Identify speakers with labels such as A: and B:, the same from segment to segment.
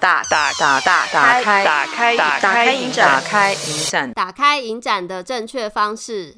A: 打打打打打开打开打开影展，打开影展。
B: 打开影展的正确方式。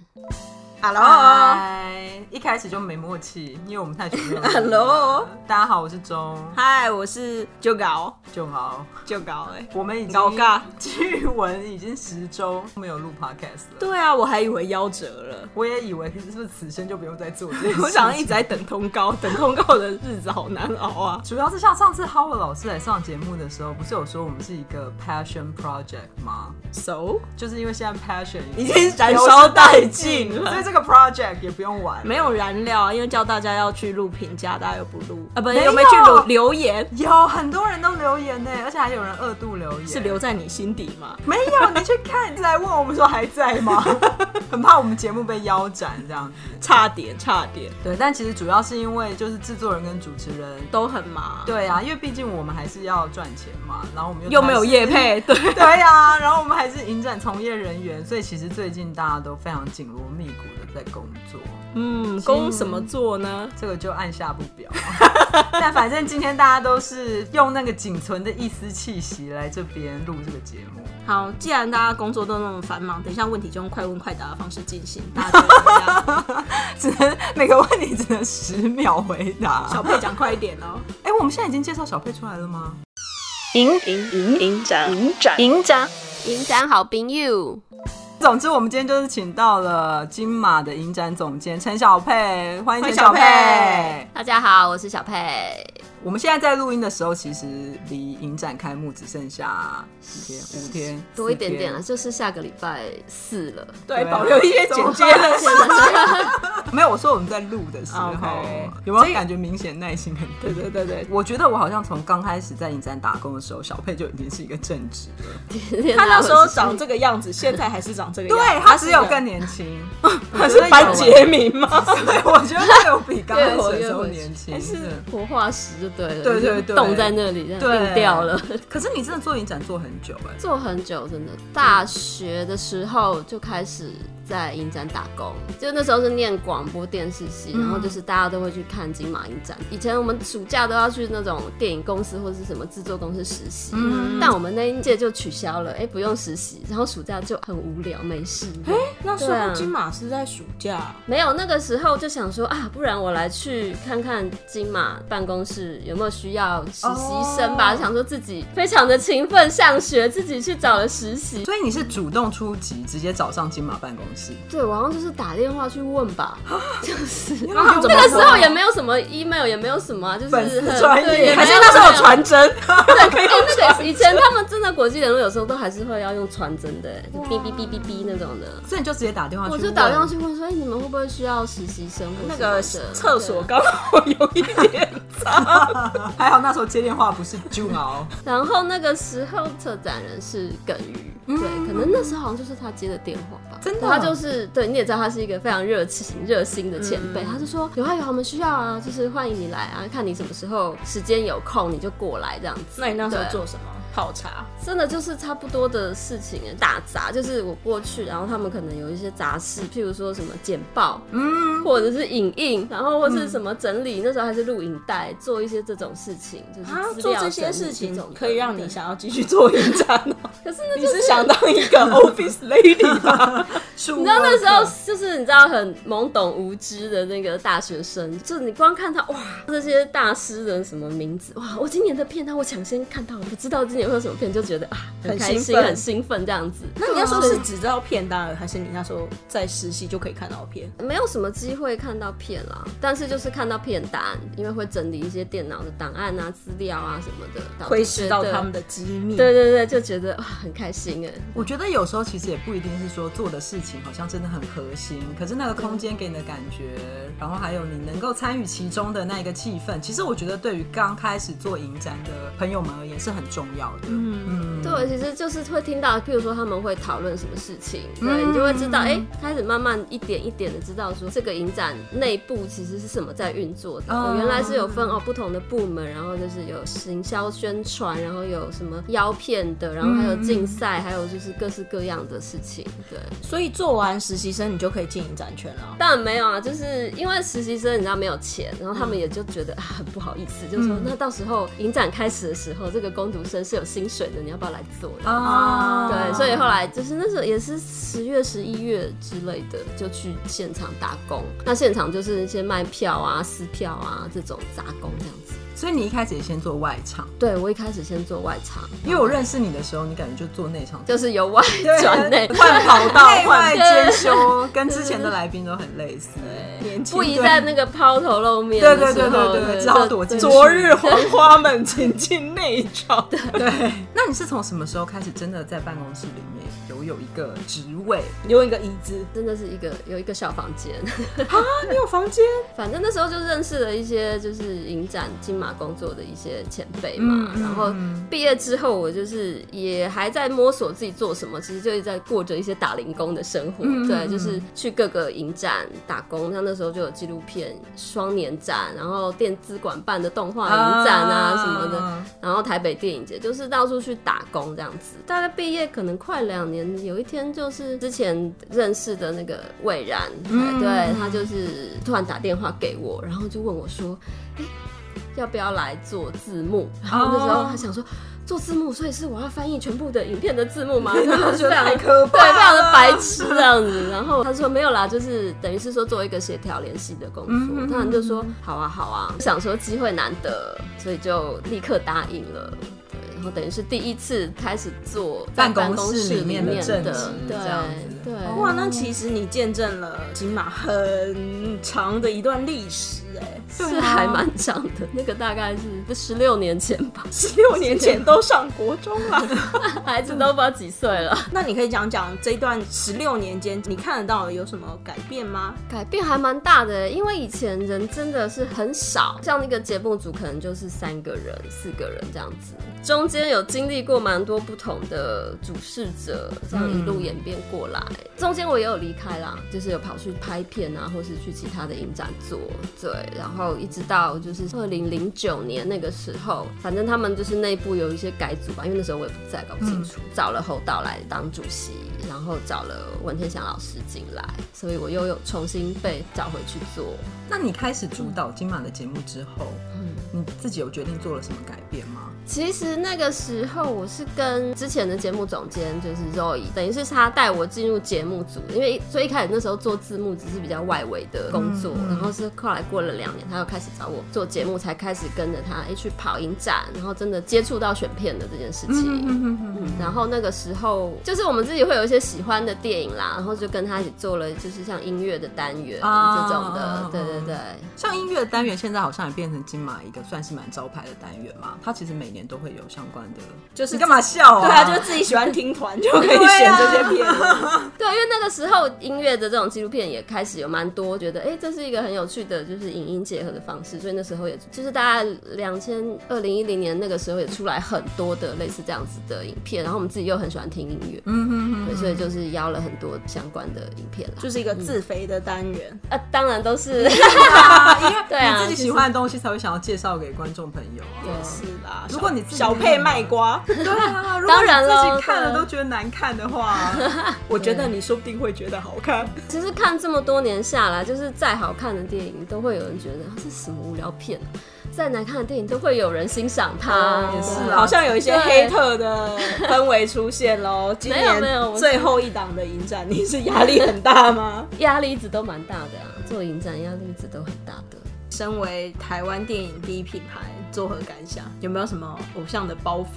C: Hello，
D: 嗨，哎一开始就没默契，因为我们太久没有
C: Hello
D: 大家好，我是钟
C: 嗨，我是就搞
D: 就好，
C: 就搞哎、欸，
D: 我们已经
C: 搞尬。
D: 据闻已经十周没有录 podcast 了，
C: 对啊，我还以为夭折了，
D: 我也以为是不是此生就不用再做这件事。
C: 我想一直在等通告，等通告的日子好难熬啊。
D: 主要是像上次 Howard 老师来上节目的时候，不是有说我们是一个 passion project 吗？
C: So，
D: 就是因为现在 passion
C: 已经燃烧殆尽
D: 所以
C: 了。
D: 这个 project 也不用玩。
C: 没有燃料啊，因为叫大家要去录评价，大家又不录啊，不，
D: 没有
C: 有没有去留留言？
D: 有很多人都留言呢，而且还有人二度留言，
C: 是留在你心底吗？
D: 没有，你去看，你再来问我们说还 在吗？很怕我们节目被腰斩这样子。
C: 差点，差点，
D: 对，但其实主要是因为就是制作人跟主持人，
C: 都很忙，，
D: 对啊，因为毕竟我们还是要赚钱嘛，然后我们又
C: 又没有业
D: 开始，
C: 配，对，
D: 对呀、然后我们还是影展从业人员，所以其实最近大家都非常紧锣密鼓的在工作，
C: 嗯，工什么做呢？
D: 这个就按下不 表。但反正今天大家都是用那个仅存的一丝气息来这边录这个节 目。
C: 好，既然大家工作都那么繁忙，等一下问题就用快问快答的方式进行，大家觉得怎么样？
D: 只能每个问题只能十秒回答。
C: 小佩讲快一点 哦。
D: 哎、我们现在已经介绍小佩出来了吗？
A: 影影影影展影展影展。
B: 影展好朋友，
D: 总之，我们今天就是请到了金马的影展总监陈小佩，欢迎陈小
C: 欢迎
D: 佩。
B: 大家好，我是小佩。
D: 我们现在在录音的时候，其实离影展开幕只剩下几天，五天
B: 多一点点了，
D: 四
B: 就是下个礼拜四了。
C: 对，
D: 对啊
C: 保留一些简介的事。
D: 天没有，我说我们在录的时候
C: OK
D: 有没
C: 这
D: 有
C: 个
D: 感觉明显耐心很 低？
C: 对对对对，
D: 我觉得我好像从刚开始在影展打工的时候，小佩就已经是一个正职了。
C: 他那 时候长这个样子，现在还是长这个样子。
D: 对他只有
C: 是个
D: 更年轻，
C: 他
D: 我
C: 是
D: 觉得有
C: 班杰明吗？
D: 对，我觉得他有比刚开
B: 对，
D: 始
B: 我
D: 的时候
B: 回
D: 年轻。
B: 还是活化石就对了，
D: 对对
B: 已经
D: 对
B: 冻在那里，这
D: 对
B: 样硬掉了。
D: 可是你真的做影展做很久哎、
B: 做很久，真的。大学的时候就开始在影展打工，就那时候是念广播电视系，然后就是大家都会去看金马影展。以前我们暑假都要去那种电影公司或是什么制作公司实习，但我们那一届就取消了，哎、不用实习，然后暑假就很无聊，没事。
C: 那时
B: 对
C: 候
B: 啊
C: 金马是在暑假，
B: 没有，那个时候就想说啊，不然我来去看看金马办公室有没有需要实习生吧。
D: 哦
B: 想说自己非常的勤奋上学，自己去找了实习。
D: 所以你是主动出击，直接找上金马办公室。
B: 对，我好像就是打电话去问 吧，就是
C: 那他们怎么
B: 那个时候
C: 说
B: 也没有什么 email，也没有什么啊，就是
D: 粉丝
B: 很
D: 专
B: 对
D: 业
B: 也没有
C: 还是那时候有
B: 没
C: 传 真？
B: 有哎、那个以前他们真的国际联络有时候都还是会要用传真的、就哔哔哔哔哔那种的。
D: 所以你就直接打电话去
B: 我
D: 问，
B: 就打电话去问说，哎、你们会不会需要实习生或
C: 那
B: 什么
C: 个
B: 的
C: 厕所
B: 对
C: 刚好有一点脏。
D: 还好那时候接电话不是 j u n
B: 然后那个时候策展人是耿于，
C: 嗯
B: 对，可能那时候好像就是他接的电话吧。
D: 真的
C: 啊
B: 他就是对你也知道他是一个非常热情、热心的前
C: 嗯
B: 辈，他就说有啊有啊，我们需要啊，就是欢迎你来啊，看你什么时候时间有空你就过来这样 子。
C: 那你那时候
B: 对
C: 做什么？泡茶。
B: 真的就是差不多的事情耶打杂，就是我过去，然后他们可能有一些杂事，譬如说什么简报，嗯，或者是影印，然后或是什么整理，那时候还是录影带，做一些这种事情，就是
C: 嗯啊，
B: 资
C: 做
B: 料
C: 这
B: 整
C: 些
B: 理
C: 事情
B: 种的
C: 可以让你
B: 对
C: 想要继续做影展 哦。
B: 可是那
C: 你
B: 就是
C: 想当一个 office lady 吧？
D: 你
B: 你知道那时候就是你知道很懵懂无知的那个大学生，就你光看到哇这些大师的什么名字哇，我今年的片单我抢先看到，我不知道今年会有什么片，就觉得啊
C: 很
B: 开
C: 兴
B: 心
C: 奋
B: 很兴奋这样子。啊
C: 那你那时候是只知道片单而已，还是你那时候在实习就可以看到片？
B: 没有什么机会看到片啦，但是就是看到片单，因为会整理一些电脑的档案啊、资料啊什么的，
C: 窥视到他们
B: 的。
C: 的机密。
B: 对对对，就觉得哇很开心哎，
D: 我觉得有时候其实也不一定是说做的事情好像真的很核心，可是那个空间给你的感觉，然后还有你能够参与其中的那一个气氛，其实我觉得对于刚开始做影展的朋友们而言是很重要的。嗯
B: 对，其实就是会听到，譬如说他们会讨论什么事情，对、你就会知道，哎、开始慢慢一点一点的知道说这个影展内部其实是什么在运作的。
D: 哦
B: 哦、原来是有分哦不同的部门，然后就是有行销宣传，然后有什么邀片的，然后还有竞赛，还有就是各式各样的事情。对，
C: 所以做完实习生，你就可以进影展圈了。
B: 当然没有啊，就是因为实习生你知道没有钱，然后他们也就觉得、啊很不好意思，就说、那到时候影展开始的时候，这个工读生是有薪水的，你要不要来做？
D: 啊
B: 对，所以后来就是那时候也是十月、十一月之类的，就去现场打工。那现场就是先卖票啊、撕票啊这种杂工这样子。
D: 所以你一开始也先做外场，
B: 对我一开始先做外场，
D: 因为我认识你的时候，你感觉就做内场，啊
B: 就是由外转内，
D: 换 跑道、换兼修，跟之前的来宾都很类似。年轻
B: 不宜在那个抛头露面
D: 对
B: 的时
D: 对
B: 候，
D: 对对对对，只好躲进去。
C: 昨日黄 花们，请进内场。
D: 对，那你是从什么时候开始真的在办公室里面有有一个职位？
C: 留一个椅子
B: 真的是一个有一个小房间，
C: 啊，你有房间？
B: 反正那时候就认识了一些就是影展金马工作的一些前辈嘛，然后毕业之后我就是也还在摸索自己做什么，其实就是在过着一些打零工的生活，对，就是去各个影展打工，像那时候就有纪录片双年展，然后电资馆办的动画影展啊什么的，
D: 啊
B: 然后台北电影节，就是到处去打工这样子。大概毕业可能快两年，有一天就是之前认识的那个魏然，哎对他就是突然打电话给我，然后就问我说：“哎、要不要来做字幕？”然后那时候他想说。做字幕，所以是我要翻译全部的影片的字幕 吗？然后就非常的
D: 可
B: 对，非常的白痴这样子。然后嗯他说没有啦，就是等于是说做一个协调联系的工作。他们就说好啊好啊，想说机会难得，所以就立刻答应了。对，然后等于是第一次开始做在
D: 办公室
B: 室
D: 里面的
B: 面
D: 正
B: 的
D: 职
B: 对
D: 这样子
B: 对。
C: 哇，那其实你见证了金马很长的一段历史哎，
B: 是还蛮长的，那个大概是十六年前 吧，
C: 十六年前都上国中了。
B: 孩子都不知道几岁了。
C: 那你可以讲讲这一段十六年间，你看得到有什么改变吗？
B: 改变还蛮大的，因为以前人真的是很少，像那个节目组可能就是三个人、四个人这样子，中间有经历过蛮多不同的主事者，这样一路演变过来。中间我也有离开啦，就是有跑去拍片啊，或是去其他的影展做，对，然后一直到就是二零零九年那个时候，反正他们就是内部有一些改组吧，因为那时候我也不在，搞不清楚，找了侯导来当主席，然后找了文天祥老师进来，所以我又有重新被找回去做。
D: 那你开始主导金马的节目之后，
B: 嗯
D: 你自己有决定做了什么改变吗？
B: 其实那个时候我是跟之前的节目总监就是 Zoe，等于是他带我进入节目组，因为一所以一开始那时候做字幕只是比较外围的工作，然后是后来过了两年，他又开始找我做节目，才开始跟着他哎、去跑影展，然后真的接触到选片的这件事情。嗯然后那个时候就是我们自己会有一些喜欢的电影啦，然后就跟他一起做了就是像音乐的单元、
D: 啊
B: 这种的，对对对。
D: 像音乐单元现在好像也变成金马一个算是蛮招牌的单元嘛，它其实每年都会有相关的。
C: 就是
D: 你干嘛笑啊？
C: 对啊，就是自己喜欢听团就可以选这些片。
B: 对，啊因为那个时候音乐的这种纪录片也开始有蛮多，觉得哎、诶这是一个很有趣的，就是影音结合的方式。所以那时候也就是大概两千二零一零年那个时候也出来很多的类似这样子的影片，然后我们自己又很喜欢听音乐，嗯哼对，所以就是邀了很多相关的影片啦。
C: 就是一个自肥的单元，
B: 啊，当然都 是
D: 啊，因为
B: 对啊
D: 你自己喜欢的东西才会想要介绍给观众朋友啊。
B: 对
C: 是啦。
D: 如果你自己
C: 小配卖瓜，
D: 对啊，如
B: 当然
D: 自
B: 咯
D: 己看了
C: 啊
D: 都觉得难看的话，
C: 我觉得你说不定会觉得好看。
B: 其实看这么多年下来，就是再好看的电影，都会有人觉得啊这什么无聊片、啊；再难看的电影，都会有人欣赏它。
C: 嗯
B: 啊
D: 也是啦
C: 好像有一些黑特的氛围出现 喽。今
B: 没有没有
C: 年
B: 我
C: 最后一档的影展，你是压力很大吗？
B: 压力一直都蛮大的啊，做影展压力一直都很大的。
C: 身为台湾电影第一品牌，作何感想？有没有什么偶像的包袱？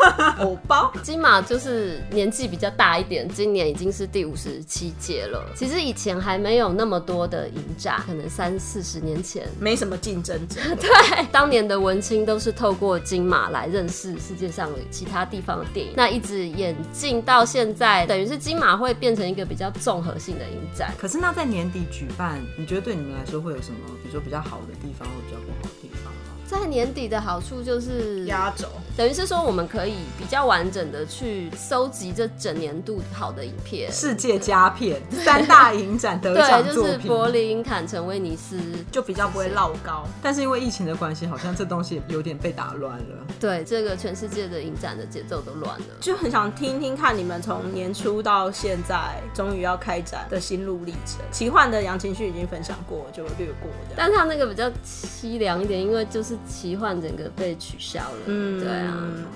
C: 偶包？
B: 金马就是年纪比较大一点，今年已经是第五十七届了。其实以前还没有那么多的影展，可能三四十年前。
C: 没什么竞争者，
B: 对，当年的文青都是透过金马来认识世界上其他地方的电影，那一直演进到现在，等于是金马会变成一个比较综合性的影展。
D: 可是那在年底举办，你觉得对你们来说会有什么，比如说比较好的地方，或比较不好的地方吗？
B: 在年底的好处就是
C: 压轴。
B: 等于是说我们可以比较完整的去搜集这整年度好的影片。
D: 世界佳片三大影展得 奖
B: 对，就
D: 作
B: 是
D: 品。
B: 柏林、坎城、威尼斯，
C: 就比较不会落高。
D: 但是因为疫情的关系，好像这东西有点被打乱了。
B: 对这个全世界的影展的节奏都乱了。
C: 就很想听听看你们从年初到现在，终于要开展的心路历程。奇幻的杨情绪已经分享过，就略过这样。
B: 但他那个比较凄凉一点，因为就是奇幻整个被取消了。嗯，对啊，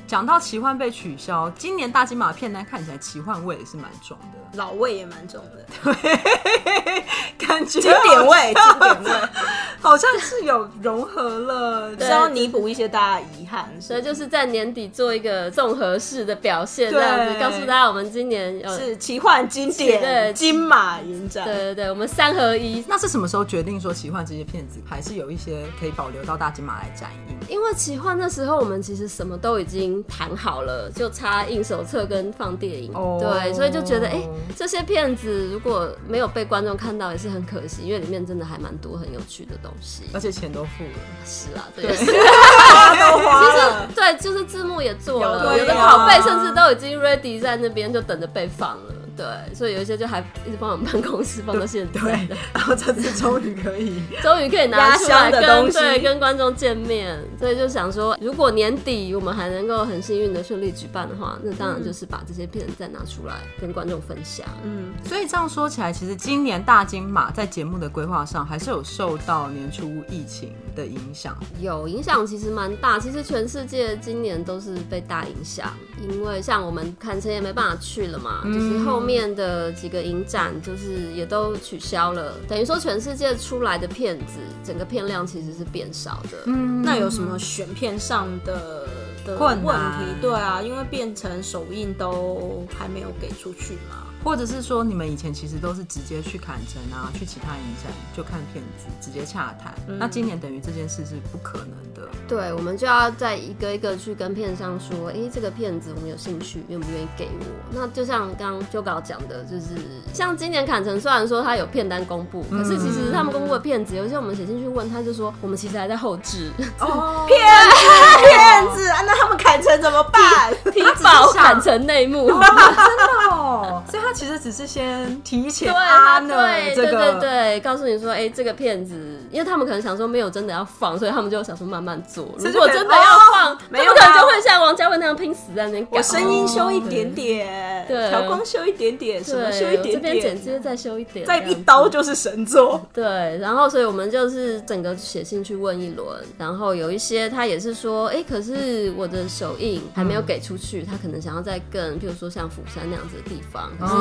D: 讲到奇幻被取消，今年大金马片单看起来奇幻味也是蛮重的，
C: 老味也蛮重 的，
D: 感觉
C: 经典味，
D: 好
C: 经
D: 像
C: 典味，
D: 好像是有融合了。
B: 啊
C: 是要弥补一些大家的遗憾。
B: 所以就是在年底做一个综合式的表现，
D: 对
B: 这样子告诉大家我们今年有
C: 是奇幻经典
B: 对
C: 金马影展，
B: 对对对，我们三合一。
D: 那是什么时候决定说奇幻这些片子还是有一些可以保留到大金马来展映？
B: 因为奇幻那时候我们其实什么都已经谈好了，就差印手册跟放电影。
D: 哦
B: 对，所以就觉得哎、诶这些片子如果没有被观众看到也是很可惜，因为里面真的还蛮多很有趣的东西。
D: 而且钱都付了，
B: 是啊，对。是
C: 花都花了。
B: 对，就是字幕也做
C: 有
B: 了，
C: 对
B: 有的
C: 啊
B: 拷贝甚至都已经 ready 在那边，就等着被放了。对，所以有一些就还一直放我们办公室，放到现在。
D: 对，然后 这次终于可以。
B: 终于可以拿出来
C: 压箱的
B: 跟
C: 东西
B: 对跟观众见面，所以就想说，如果年底我们还能够很幸运的顺利举办的话，那当然就是把这些片再拿出来跟观众分享。
C: 嗯，
D: 所以这样说起来，其实今年大金马在节目的规划上还是有受到年初疫情的影响。
B: 有影响其实蛮大，其实全世界今年都是被大影响，因为像我们坎城也没办法去了嘛，
C: 嗯
B: 就是后面的几个影展就是也都取消了，等于说全世界出来的片子整个片量其实是变少的。
D: 嗯，
C: 那有什么选片上的的
D: 困
C: 问
D: 难
C: 题？对啊，因为变成首映都还没有给出去嘛。
D: 或者是说你们以前其实都是直接去坎城啊，去其他影展就看片子，直接洽谈。那今年等于这件事是不可能的。
B: 对，我们就要再一个一个去跟片商说，诶，这个片子我们有兴趣，愿不愿意给我？那就像刚刚 j 稿讲的，就是像今年坎城虽然说他有片单公布，可是其
D: 嗯
B: 实他们公布的片子，有一些我们写进去问，他就说我们其实还在后 置，
D: 哦，
C: 骗子，骗子！啊，那他们砍成怎么 办？
B: 提 早坎城内幕。
D: 哦真的哦，所以他其实只是先提前
B: 对
D: 安
B: 啊，
D: 了
B: 对
D: 这
B: 对
D: 个
B: 对对，告诉你说，诶，这个片子，因为他们可能想说没有真的要放，所以他们就想说慢慢做。如
D: 所以就
B: 果
D: 可能
B: 真的要
D: 哦
B: 放，他
C: 没
B: 们
C: 有
B: 可能
C: 啦
B: 就会像王家卫那样拼死在那边搞。
C: 我声音修一点点，
B: 哦对
C: 调光修一点点，什么
B: 对
C: 修一
B: 这
C: 点
B: 边剪
C: 点，
B: 接再修一点，
C: 再
B: 这
C: 一
B: 样子
C: 刀就是神作。
B: 对，然后所以我们就是整个写信去问一轮，然后有一些他也是说，哎，可是我的首映还
C: 嗯
B: 没有给出去，他可能想要再更，譬如说像釜山那样子的地方，可是、
D: 哦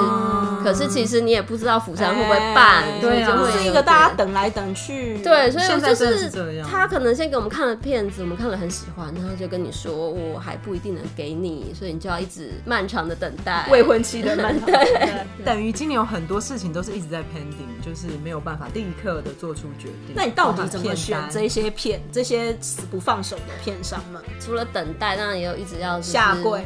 B: 可是其实你也不知道釜山会不会办，
C: 哎
B: 所以就
D: 啊对啊
B: 会
C: 这是一
B: 有
C: 个大家
B: 点。
C: 等来等去。
B: 对，所以我
D: 现在
B: 就
D: 真的
B: 是
D: 是这样
B: 他可能先给我们看了片子，我们看了很喜欢，然后就跟你说我还不一定能给你，所以你就要一直漫长的等待。
C: 未婚妻的漫长。对
D: 等于今年有很多事情都是一直在 pending，就是没有办法立刻的做出决定。
C: 那你到底怎么
D: 片
C: 选
D: 单
C: 这些片，这些死不放手的片商们？
B: 除了等待，当然也有一直要就是
C: 下跪
B: 嗯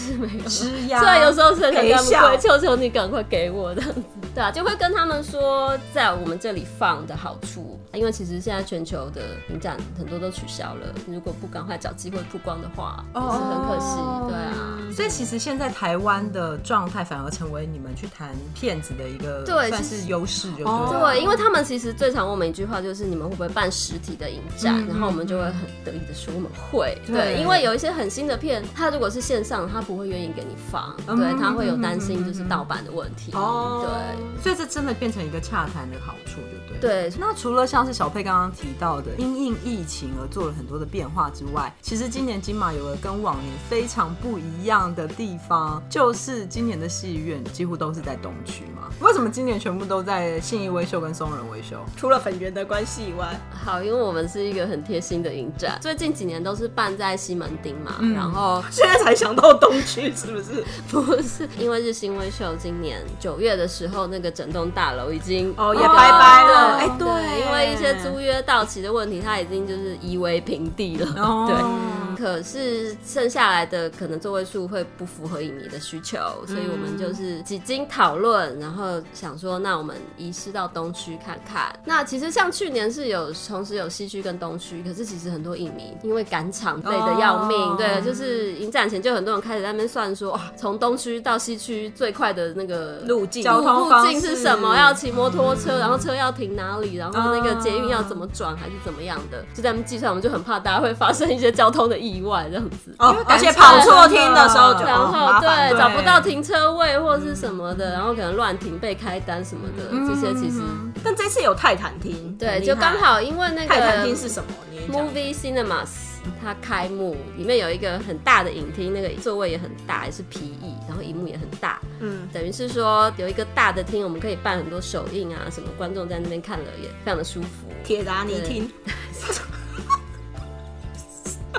B: 是没有
D: 施
B: 虽然有
D: 压？
B: 时候是很想跟他
C: 陪笑
B: 们跪，求求你赶快给我这样子，对啊，就会跟他们说在我们这里放的好处，因为其实现在全球的影展很多都取消了，如果不赶快找机会曝光的话，也是很可惜，
D: 哦
B: 对啊。
D: 所以其实现在台湾的状态反而成为你们去谈片子的一个
B: 对
D: 算
B: 其
D: 是
B: 实
D: 优势，就
C: 哦
D: 对了。
B: 对，因为他们其实最常问我们一句话，就是你们会不会办实体的影展？
D: 嗯
B: 然后我们就会很得意的说我们会。
D: 对
C: 嗯
B: 对，因为有一些很新的片，它如果是线上，它不会愿意给你放，
C: 嗯
B: 对，它会有担心就是盗版的问题。
C: 哦
B: 对，
D: 所以这真的变成一个洽谈的好处，就对了。
B: 对
D: 那除了像是小佩刚刚提到的因应疫情而做了很多的变化之外，其实今年金马有了跟往年非常不一样的地方，就是今年的戏院几乎都是在东区嘛。为什么今年全部都在信义威秀跟松仁威 秀？
C: 除了粉圆的关系以外，
B: 好，因为我们是一个很贴心的影展，最近几年都是办在西门町嘛，
C: 嗯
B: 然后
C: 现在才想到东区是不是？
B: 不是因为日新威秀今年九月的时候，那个整栋大楼已经
C: 哦也
B: 那个
C: 拜拜了
B: 对
C: 哎对
B: 因为一些租约到期的问题，它已经就是夷为平地了，
D: 哦
B: 对。可是剩下来的可能座位数会不符合影迷的需求，所以我们就是几经讨论，然后想说，那我们移师到东区看看。那其实像去年是有同时有西区跟东区，可是其实很多影迷因为赶场累得要命，
D: 哦
B: 对，就是影展前就很多人开始在那边算说，哇，从东区到西区最快的那个
C: 路径
D: 交通
B: 路
D: 方
B: 径是
D: 式
B: 什
C: 嗯
B: 么？要骑摩托车，然后车要停哪里，然后那个
D: 嗯
B: 捷运要怎么转，还是怎么样的？就在我们计算，我们就很怕大家会发生一些交通的意外这样子。
C: 哦
D: 因为，
C: 而
D: 赶
C: 且跑
D: 场
C: 错厅的时候就
B: 然
C: 哦
B: 后
C: 麻烦，
B: 对
D: 对啊
B: 找不到停车位或是什么的，然后可能乱停被开单什么的，这些其
C: 嗯
B: 实
C: 但这次有泰坦厅，
B: 对，
C: 很厉
B: 就刚
C: 害
B: 好因为那
C: 泰坦
B: 个
C: 厅是什么？你也讲
B: Movie Cinemas 它开幕，里面有一个很大的影厅，那个座位也很大，也是皮椅，然后荧幕也很大，
C: 嗯，
B: 等于是说有一个大的厅，我们可以办很多首映啊，什么观众在那边看了也非常的舒服。
C: 铁达尼厅，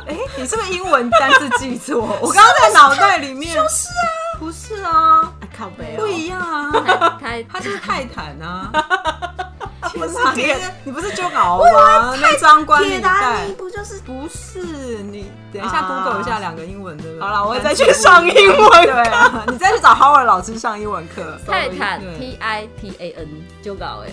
D: 哎，你是不是英文单字记错？我刚刚在脑袋里面 就是啊，不是啊，
C: 啊靠北哦，
D: 不一样 啊，
B: 开
D: 它就是泰坦 啊。
C: 不是
D: 哪
C: 铁
D: 里？你不是就熬吗？那张冠
C: 铁
D: 李
C: 达
D: 戴
C: 尼不就是？
D: 不是你，等一下
C: 啊
D: Google 一下两个英文的。
C: 好了，我再去上英文
D: 对
C: 课。
D: 啊，你再去找 Howard 老师上英文 课。
B: 泰坦
D: 对
B: T I T A N 就搞哎、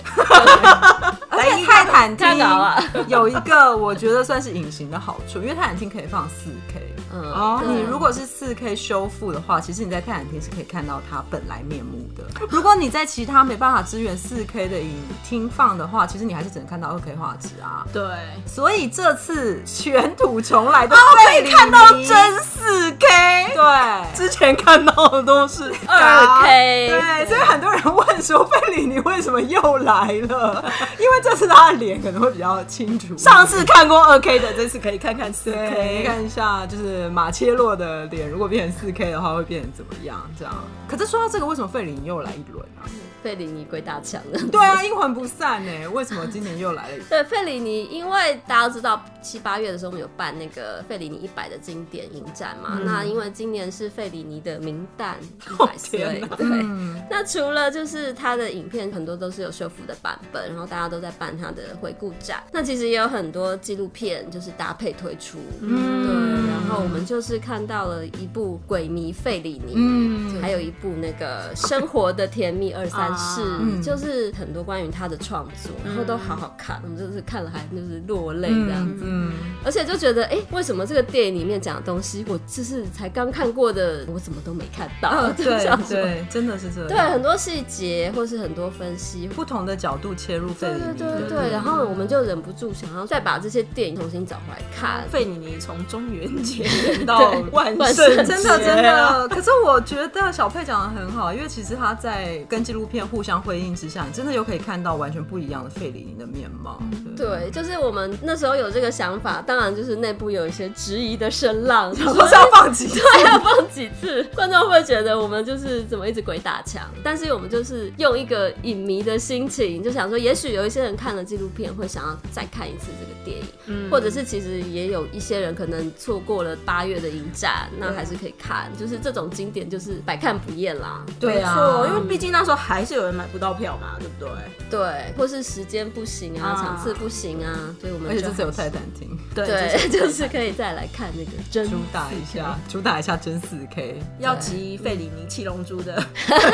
D: 而且泰坦厅
B: 太搞了
D: 有一个我觉得算是隐形的好处，因为泰坦厅可以放四 K。
B: 嗯，
C: 哦
B: 对
D: 你如果是四 K 修复的话，其实你在泰坦厅是可以看到它本来面目的。如果你在其他没办法支援四 K 的影厅放的话，其实你还是只能看到二 K 画质啊。
C: 对，
D: 所以这次卷土重来
C: 哦
D: 的贝里尼、看到
C: 真四 K，
D: 对。
C: 之前看到的都 是
B: 二 K，
D: 啊对，所以很多人问说 贝里尼为什么又来了？因为这次他的脸可能会比较清楚。
C: 上次看过二 K 的，这次可以看看四
D: 对，
C: K。
D: 看一下就是马切洛的脸，如果变成四 K 的话，会变成怎么样？这样。可是说到这个，为什么费里尼又来一轮啊？
B: 费里尼归大强
D: 对啊，阴魂不散呢、为什么今年又来了一轮？
B: 对费里尼，因为大家都知道七八月的时候我们有办那个费里尼一百的经典影展嘛，
C: 嗯
B: 那因为今年是费里尼的名 旦一百岁
C: 哦天，哪嗯
B: 对，那除了就是他的影片很多都是有修复的版本，然后大家都在办他的回顾展，那其实也有很多纪录片就是搭配推出，
C: 嗯
B: 对，然后我们就是看到了一部《鬼迷费里尼》，
D: 嗯
B: 还有一部那个《生活的甜蜜二三事》
C: 啊
D: 嗯
B: 就是很多关于他的创作，然后都好好看，我们就是看了还就是落泪这样子，
D: 嗯，
B: 而且就觉得哎、诶为什么这个电影里面讲的东西，我就是才刚看过的，我怎么都没看到？
D: 啊，
B: 就这样
D: 对
B: 子
D: 对，真的是这样。
B: 哦对，很多细节或是很多分析。
D: 不同的角度切入费
B: 对
D: 里
B: 对
D: 尼
B: 对
D: 的
B: 对，然后我们就忍不住想要再把这些电影重新找回来看。
C: 费里尼从中元 节演到万
B: 万圣
C: 圣节啊，
B: 节
D: 真的真的，可是我觉得小佩讲的很好，因为其实他在跟纪录片互相辉映之下，你真的又可以看到完全不一样的费里尼的面貌。
B: 对，就是我们那时候有这个想法，当然就是内部有一些质疑的声 浪，
D: 想说是要放几次，
B: 还要放几次， 观众会觉得我们就是怎么一直鬼打墙。但是我们就是用一个影迷的心情，就想说，也许有一些人看了纪录片会想要再看一次这个电影，
C: 嗯
B: 或者是其实也有一些人可能错过了八月的影展，那还是可以看。就是这种经典就是百看不厌啦，
D: 对啊，
C: 错，因为毕竟那时候还是有人买不到票嘛，对不对？
B: 对，或是时间不行啊，
C: 啊
B: 场次不行啊，所以我们
D: 而且
B: 就
D: 这次有泰坦厅，
B: 对， 就是可以再来看那个真
D: 主打一下，主打一下真四 K。
C: 要集费里尼《七龙珠》的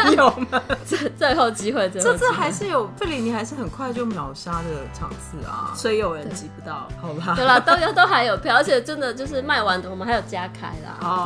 C: 朋友 们，
B: 最最后机会，最后
D: 这
B: 机
D: 次
B: 会
D: 还是有费里尼，还是很快就秒杀的场次啊。
C: 所以有人集不到，
D: 好吧
B: 对，啦，都有都还有票，而且真的就是卖完的，我们还有加开啦。
C: 哦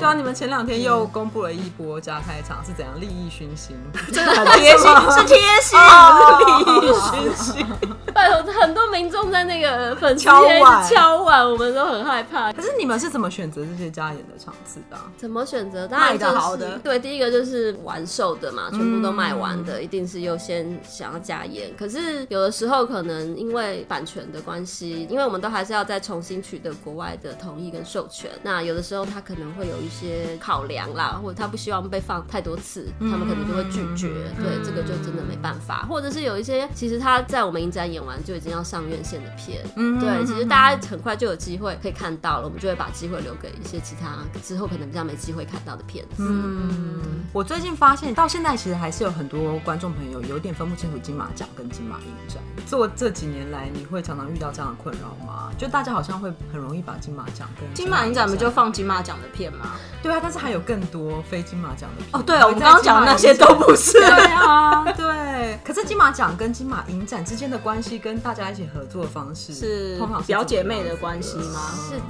B: 对
D: 对啊，你们前两天又公布了一波加开场是怎样利益熏 心，啊
C: 真的很贴心，是 贴心，不是利益熏心。
B: 哦拜托，很多民众在那个粉丝
D: 敲
B: 页一
D: 碗
B: 直敲碗，我们都很害怕
D: 可。是你们是怎么选择这些加演的场次的啊？
B: 怎么选择？当然
C: 卖
B: 就
C: 得
B: 是
C: 好的
B: 对，第一个就是完售的嘛，全部都卖完的，
C: 嗯
B: 一定是优先想要加演。可是有的时候可能因为版权的关系，因为我们都还是要再重新取得国外的同意跟授权，那有的时候他可能会有一些考量啦，或者他不希望被放太多次，他们可能就会拒绝。
C: 嗯
B: 对，这个就真的没办法。或者是有一些其实他在我们影展演完就已经要上院线的片，对，其实大家很快就有机会可以看到了，我们就会把机会留给一些其他之后可能比较没机会看到的片子。
D: 我最近发现，到现在其实还是有很多观众朋友有点分不清楚金马奖跟金马影展。做这几年来，你会常常遇到这样的困扰吗？就大家好像会很容易把金马奖跟
C: 金马场影展不就放金马奖的片吗？
D: 对啊，但是还有更多非金马奖的片啊
C: 哦，对，我们刚刚讲的那些都不是。
D: 对啊，对。可是金马奖跟金马影展之间的关系，跟大家一起合作的方式
C: 是
D: 通常
C: 表姐妹的关系吗？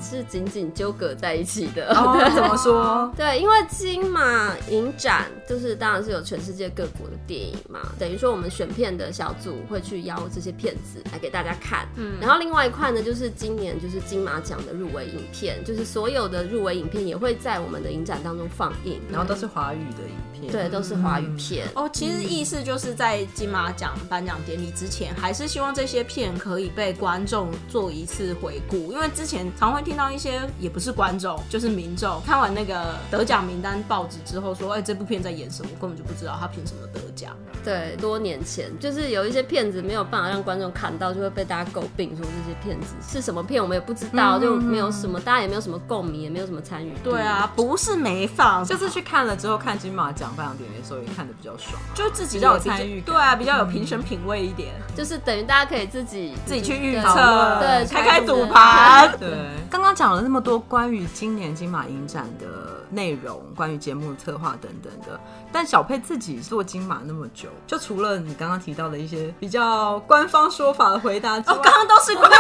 B: 是是紧紧纠葛在一起的。
D: 哦，怎么说？
B: 对，因为金马影展就是当然是有全世界各国的电影嘛，等于说我们选片的小组会去邀这些片子来给大家看。嗯，然后另外一块呢，就是今年就是金马奖的入围影片，就是所有的入围影片也会在我们的影展当中放映，
D: 然后都是华语的影片。
B: 对，都是华语片。
C: 哦，其实意思就是在金马奖颁奖典礼之前，还是希望这些片可以被观众做一次回顾，因为之前常会听到一些也不是观众，就是民众看完那个得奖名单报纸之后说，哎、这部片在演什么，我根本就不知道他凭什么得奖。
B: 对，多年前就是有一些片子没有办法让观众看到，就会被大家诟病说这些片子是什么片，我们也不知道，就没有什么，大家也没有什么共鸣，也没有什么参与。
C: 嗯对，啊，不是没放，就
D: 就是去看了之后，看金马奖颁奖典礼的时候也看的比较爽啊、
C: 就自己
D: 比较有
C: 比
D: 参与感
C: 对啊，比较有评审品味一点，
B: 就是等于大家可以自己
C: 自己去预
B: 对
C: 测，
B: 对，
C: 开开赌
B: 对
C: 盘。
D: 对，刚刚讲了那么多关于今年金马影展的内容，关于节目策划等等的，但小佩自己做金马那么久，就除了你刚刚提到的一些比较官方说法的回答之外，
C: 哦刚刚都是官方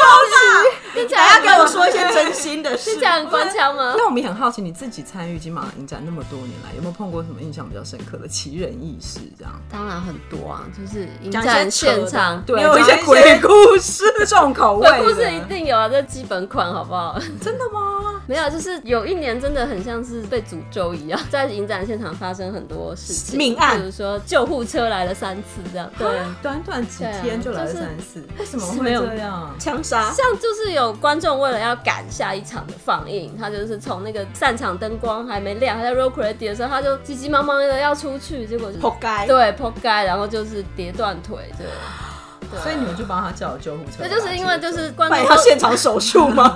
C: 说法，
B: 听起
C: 大家
B: 来
C: 给我说一些真心的事
B: 是。这样官腔吗？
D: 那我们也很好奇，你自己参与金马影展那么多年来，有没有碰过什么印象比较深刻的奇人异事？这样，
B: 当然很多啊，就是影
C: 讲一些
B: 展
C: 扯的
B: 现场。
D: 对
C: 有一些鬼
D: 故事、重口味
B: 鬼
D: 的，
B: 故事一定有啊，这基本款好不好？
D: 真的吗？
B: 没有，就是有一年真的很像是被诅咒一样， 在影展现场发生很多事情，
C: 命案
B: 比如说救护车来了三次这样，对，
D: 短短几天就来了三次，为什么
B: 是
D: 会
B: 没有
D: 这样？
C: 枪杀，
B: 像就是有观众为了要赶下一场的放映，他就是从那个散场灯光还没亮，他在 roll credit 的时候，他就急急忙忙的要出去，结果就是
C: 活该。
B: 对扑街，然后就是跌断腿，对，
D: 所以你们就帮他叫了救护车
B: 那
D: 来，
B: 就是因为就是观
C: 不然
B: 众
C: 要
B: 都
C: 现场手术 吗？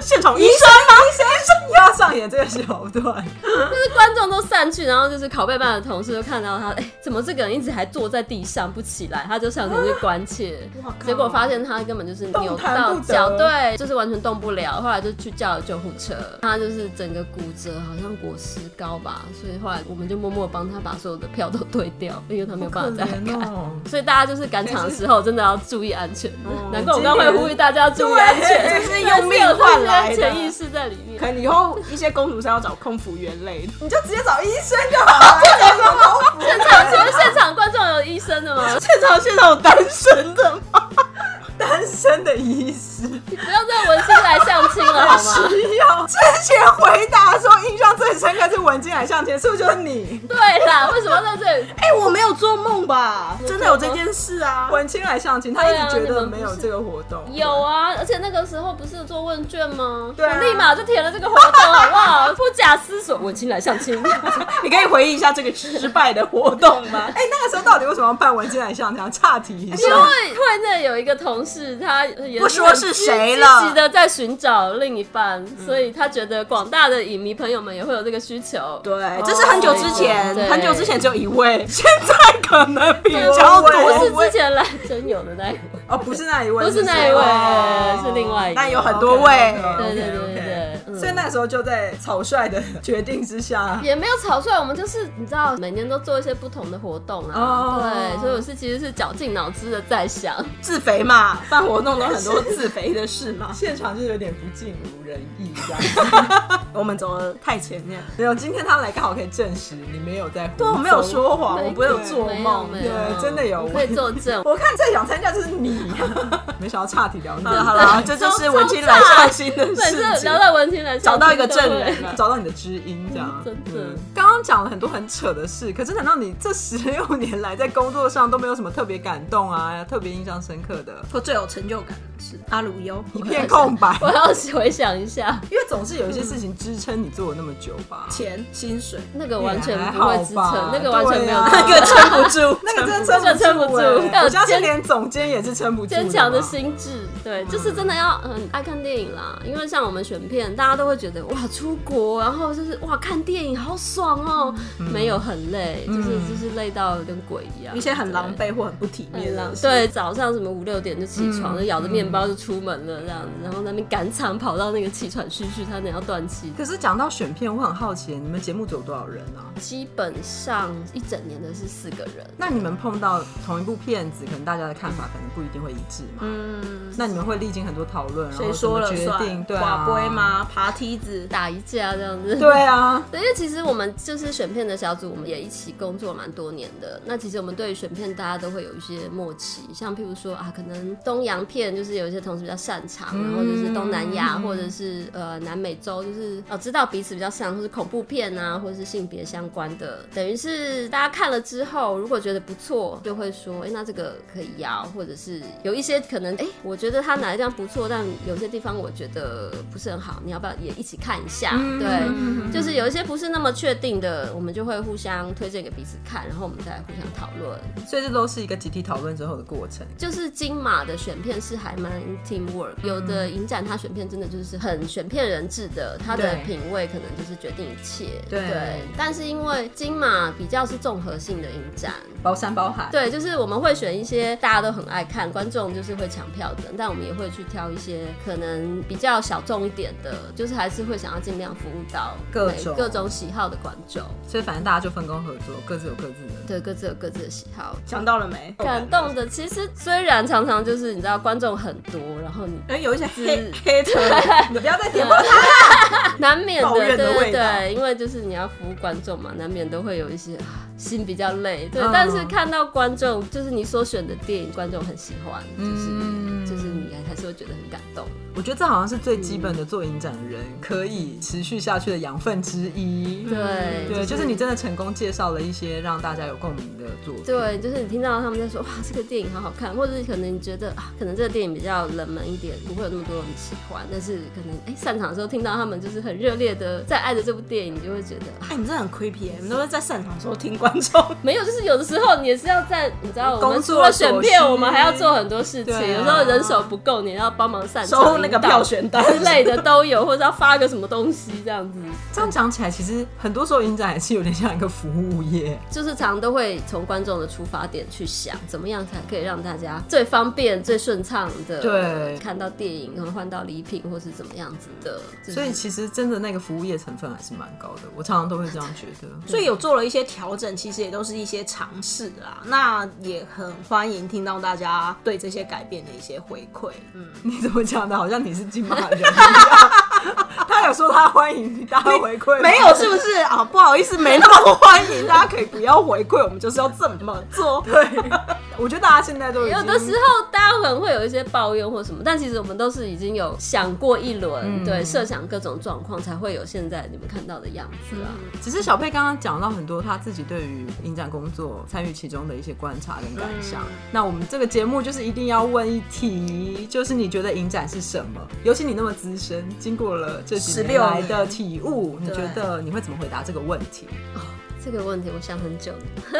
C: 现场医
D: 医
C: 生
D: 生吗？医生医生要上演这个桥段，
B: 就是观众都散去，然后就是拷贝班的同事就看到他，哎、怎么这个人一直还坐在地上不起来？他就上前去关切，
C: 哇靠
B: 结果发现他根本就是扭
D: 动弹
B: 到
D: 不得
B: 脚，对，就是完全动不了。后来就去叫救护车，他就是整个骨折，好像裹石膏吧，所以后来我们就默默帮他把所有的票都退掉，因为他没有办法再看。
D: 哦。
B: 所以大家就是赶场的时候，真的要注意安全。
D: 哦
B: 难怪我刚刚会呼吁大家注意安全，
C: 对这是用命换来的
B: 潜意识在里面
C: 可。能以后一些公主是要找空服员类的，
D: 你就直接找医生就好 了，就直接说好服。
B: 现场请问现场观众有医生的吗？
C: 现场现场有单身的吗？
D: 单身的 医师
B: 不要再文青来相亲了好吗？
D: 需要之前回答说印象最深刻是文静来向前，是不是就是 你？
B: 对啦，为什么要在这里？
C: 哎、我没有做梦吧？真的有这件事啊？
D: 文青来相亲，他一
B: 对啊
D: 直觉
B: 你
D: 得
B: 们不
D: 没有
B: 是
D: 这个活动。
B: 有啊，而且那个时候不是有做问卷吗？
D: 对啊
B: 我立马就填了这个活动，好不好？不假思索，文青来相亲。
C: 你可以回忆一下这个失败的活动 吗？
D: 哎、那个时候到底为什么要办文青来向前？岔题一
B: 因为
D: 下。
C: 啊
B: 会那有一个同事，他也
C: 不说是谁了嗯
B: 积极的在寻找另一半，所以他觉得广大的影迷朋友们也会有这个需求。
C: 对，这是很久之前，
B: 对
C: 很久之前只有一位，现在可能比
B: 对，
C: 较多。
B: 不是之前来真有的 那一位，
D: 哦，不是那一位，
B: 不是那一位是另外一位
C: 但哦有很多位。
B: 对对对对对，
D: 所以那个时候就在草率的决定之下，
B: 也没有草率，我们就是你知道，每年都做一些不同的活动啊。
D: 哦。
B: 对，所以我是其实是绞尽脑汁的在想，
C: 自肥嘛，办活动都很多自肥的事嘛
D: 现场就是有点不尽如人意这样。
C: 我们走的太前面，
D: 没有，今天他来刚好可以证实你没有在胡诌。
C: 对我没有说谎，我没有做
B: 没有
C: 梦。
B: 没有，
D: 对，真的
C: 哦
D: 有。
B: 我可以 作证。
D: 我看最想参加就是你，
B: 啊
D: 没想到差题聊你
C: 好。了好了，这就是文青来相亲的
B: 每次
C: 事情
B: 聊。到文青来，
C: 找到一个证人了。
D: 找到你的知音，这样
B: 嗯真的
D: 嗯刚刚讲了很多很扯的事，可是难道你这十六年来在工作上都没有什么特别感动啊、特别印象深刻的，
C: 我最有成就感的是阿鲁 优，
D: 一片空白？
B: 我要回想一下，
D: 因为总是有一些事情支撑你做了那么久吧。啊
C: 钱、薪水，
B: 那个嗯完全不会支撑，那个完全没有
D: 对啊
B: 支撑
C: 那个撑不 住，
D: 那个
B: 那
D: 真的撑不住、
B: 个撑不住
D: 欸，我相信连总监也是撑不住
B: 坚强的
D: 嘛
B: 心智，
C: 嗯
B: 对，就是真的要很爱看电影啦。因为像我们选片，大家都会觉得哇出国，然后就是哇看电影好爽哦、后没有很累，就是就是累到跟鬼一样，
C: 嗯一些很狼狈或很不体面啊
B: 很
C: 的
B: 浪
C: 东西。
B: 对，早上什么五六点就起床，
D: 嗯
B: 就咬着面包就出门了这样子，然后在那边赶场跑到那个气喘吁吁，他等下断气。
D: 可是讲到选片，我很好奇，你们节目组有多少人啊？
B: 基本上一整年的是四个人，
D: 那你们碰到同一部片子，可能大家的看法可能不一定会一致嘛？
C: 嗯，
D: 那你们会历经很多讨论，然
C: 谁
D: 后
C: 说了
D: 怎么决定
C: 算？
D: 对
C: 寡
D: 啊？
C: 龟？吗？爬梯子。
B: 打一架这样子。
D: 对啊，
B: 对，因为其实我们就是选片的小组，我们也一起工作蛮多年的。那其实我们对于选片，大家都会有一些默契，像譬如说啊，可能东洋片就是有一些同事比较擅长，然后就是东南亚或者是呃南美洲，就是呃知道彼此比较像，或是恐怖片啊，或者是性别相关的，等于是大家看了之后，如果觉得不错，就会说，哎，那这个可以要，或者是有一些可能，哎，我觉得他哪一张不错，但有些地方我觉得不是很好，你要不要也一起看一下？
C: 嗯
B: 对。就是有一些不是那么确定的，我们就会互相推荐给彼此看，然后我们再互相讨论。
D: 所以这都是一个集体讨论之后的过程。
B: 就是金马的选片是还蛮 team work，有
D: 嗯
B: 的影展它选片真的就是很选片人制的，它的
D: 对
B: 品味可能就是决定一切。
D: 对
B: 但是因为金马比较是综合性的影展，
D: 包山包海，
B: 对，就是我们会选一些大家都很爱看，观众就是会抢票的，但我们也会去挑一些可能比较小众一点的，就是还是会想要尽量服务到
D: 各
B: 每
D: 种
B: 各种喜好的观众。
D: 所以反正大家就分工合作，各自有各自的。
B: 对，各自有各自的喜好。
C: 想到了没？
B: 感动的，其实虽然常常就是你知道观众很多，然后你
C: 哎，有一些黑
B: 嗯
C: 黑 车，你不要再点播它。
B: 啊难免
C: 抱
B: 的，
C: 怨的
B: 对对
C: 味道
B: 对，因为就是你要服务观众嘛，难免都会有一些啊心比较累，对。
D: 嗯
B: 但是看到观众，就是你所选的电影，观众很喜欢，就是、
D: 嗯
B: 就是你还是会觉得很感动。
D: 我觉得这好像是最基本的做影展人可以持续下去的养分之一。
B: 对
D: 对，就是你真的成功介绍了一些让大家有共鸣的作品。
B: 对，就是你听到他们在说哇，这个电影好好看，或者是可能你觉得啊，可能这个电影比较冷门一点，不会有那么多人喜欢，但是可能哎、散场的时候听到他们就是很热烈的在爱着这部电影，你就会觉得啊。
C: 哎，你真的很 creepy，耶你都会在擅长时候听观众。
B: 没有，就是有的时候你也是要在，你知道，我们
D: 工
B: 除
D: 作
B: 了选片，
D: 所需
B: 我们还要做很多事情。
D: 对啊
B: 有时候人手不够，你也要帮忙散场
C: 收那个票选单
B: 之类的都有，或者要发个什么东西这样子，
D: 这样讲起来，其实很多时候影展还是有点像一个服务业。
B: 就是常常都会从观众的出发点去想，怎么样才可以让大家最方便、最顺畅的
D: 对
B: 看到电影，然后换到礼品或是怎么样子的。就是
D: 所以其实真的那个服务业成分还是蛮高的，我常常都会这样觉得。
C: 所以有做了一些调整，其实也都是一些尝试啦。那也很欢迎听到大家对这些改变的一些回馈。嗯，
D: 你怎么讲的？好像你是金马人一样。他有说他欢迎大家回馈 吗，
C: 没有是不是啊？不好意思，没那么欢迎，大家可以不要回馈，我们就是要这么 做。
D: 对，我觉得大家现在都已经
B: 有的时候大家可能会有一些抱怨或什么，但其实我们都是已经有想过一轮，对，设想各种状况，才会有现在你们看到的样子啊。
D: 只是小佩刚刚讲到很多他自己对于影展工作参与其中的一些观察跟感想。那我们这个节目就是一定要问一题，就是你觉得影展是什么？尤其你那么资深，经过了这几年
C: 16
D: 来的
C: 年
D: 体悟，你
C: 对
D: 觉得你会怎么回答这个问题？
B: 这个问题我想很久，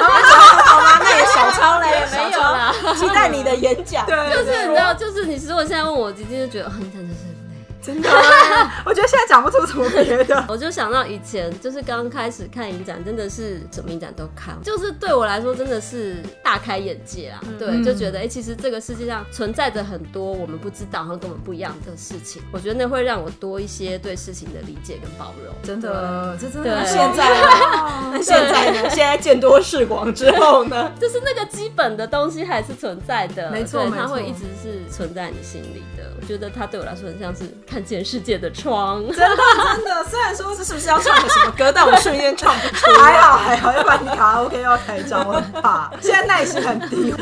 C: 好啦，那也小抄嘞，
B: 没有啦，
C: 小抄，期待你的演讲。
D: 对，
B: 啊
D: 就
B: 就是你知道，就是你如果现在问我，今天就觉得，嗯，真的是很累。
D: 真的，啊我觉得现在讲不出什么别的。
B: 我就想到以前就是刚开始看影展，真的是什么影展都看，就是对我来说真的是大开眼界啊！对，
D: 嗯
B: 就觉得哎、诶其实这个世界上存在着很多我们不知道和跟我们不一样的事情，我觉得那会让我多一些对事情的理解跟包容。
D: 真的，这真
B: 对
D: 的很
C: 现在呢？那现在呢？现在见多 识广之后呢？
B: 就是那个基本的东西还是存在的，
D: 没错
B: 对
D: 没
B: 它
D: 错
B: 会一直是存在你心里的。我觉得它对我来说很像是看见世界的窗。
D: 真的，虽然说
C: 这
D: 是
C: 是不是要唱个什么歌？但我瞬间唱不出
D: 还好还好，要不然你卡拉 OK 又要开张，我很怕。现在耐心很低。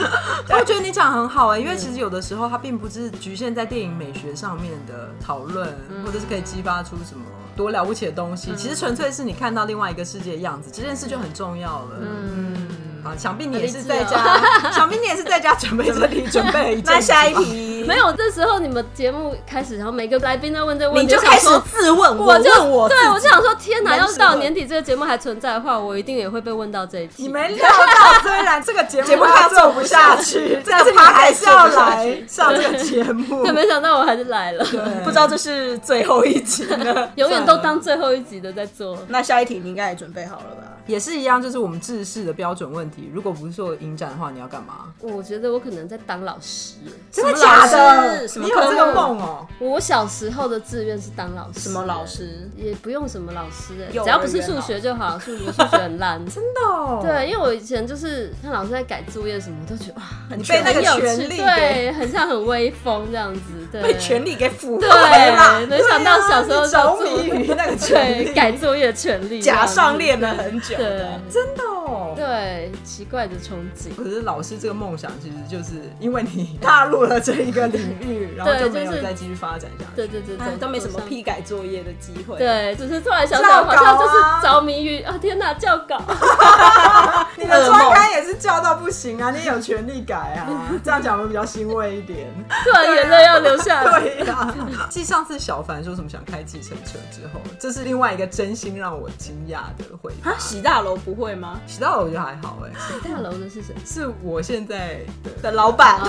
D: 我觉得你讲得很好哎、因为其实有的时候它并不是局限在电影美学上面的讨论，或者是可以激发出什么。多了不起的东西，其实纯粹是你看到另外一个世界的样子，这件事就很重要了。嗯，好，想必你也是在家，想必你也是在家准备啊 这里准备了 一阵子吧。
C: 那下一题，
B: 没有，这时候你们节目开始，然后每个来宾都问这个问
C: 你
B: 题，
C: 就
B: 想
C: 开始
B: 说
C: 自问，
B: 我就
C: 问我自
B: 对
C: 己
B: 我就想说，天哪！
C: 人
B: 要
C: 是
B: 是到
C: 问
B: 年底这个节目还存在的话，我一定也会被问到这一题。
D: 你没料到，虽然这个节目
C: 节目快
D: 他
C: 要
D: 做
C: 做
D: 不
C: 不
D: 下
C: 下
D: 去
C: 去，
D: 但是你还是要来上这个节 目。
B: 对，没想到我还是来了，。
C: 不知道这是最后一集呢
B: 永远都当最后一集的在做。
C: 那下一题你应该也准备好了吧？
D: 也是一样，就是我们制式的标准问题。如果不是做影展的话，你要干嘛？
B: 我觉得我可能在当老师。
D: 真的假
C: 老
D: 的？
C: 师什么
D: 你有
C: 科目
D: 这个梦哦、
B: 我小时候的志愿是当老师，
C: 什么老？师？
B: 也不用什么老师、欸，
C: 幼儿
B: 只要不是
C: 园
B: 数
C: 老
B: 学就好。数学数学很烂，
D: 真的、哦，
B: 对，因为我以前就是看老师在改作业什么，我都觉得哇，
D: 你被那
B: 很
D: 个
B: 有
D: 权
B: 趣，
D: 力给
B: 对，很像很威风这样子，对，
C: 被权力给腐
B: 对
C: 败了，，啊
B: 没想到小时候就
D: 着
B: 做
D: 迷 于那个权
B: 对
D: 力，
B: 改作业的权利，
C: 假上练了很久
B: 这样
C: 的。
B: 子，
D: 真的、哦。
B: 对对，奇怪的憧憬。
D: 可是老师这个梦想，其实就是因为你 踏入了这一个领域，然后就没有
B: 就是
D: 再继续发展下去。
B: 对对对
C: 哎
B: 对，
C: 都没什么
B: 我上
C: 批改作业的机会。，啊
B: 对，只是突然想想，
D: 教稿
B: 好
D: 啊
B: 像就是着迷于啊，天哪，教稿，啊
D: 你的专刊也是叫到不行啊，你也有权利改啊。这样讲我比较欣慰一点。
B: 突然眼泪要流下
C: 啊
B: 来。
D: 对呀、继上次小凡说什么想开计程车之后，这是另外一个真心让我惊讶的回答
C: 啊，。洗大楼不会吗？
D: 洗到我就还好哎、
B: 大楼的是谁？
D: 是我现在的，
C: 的老板，
B: 哦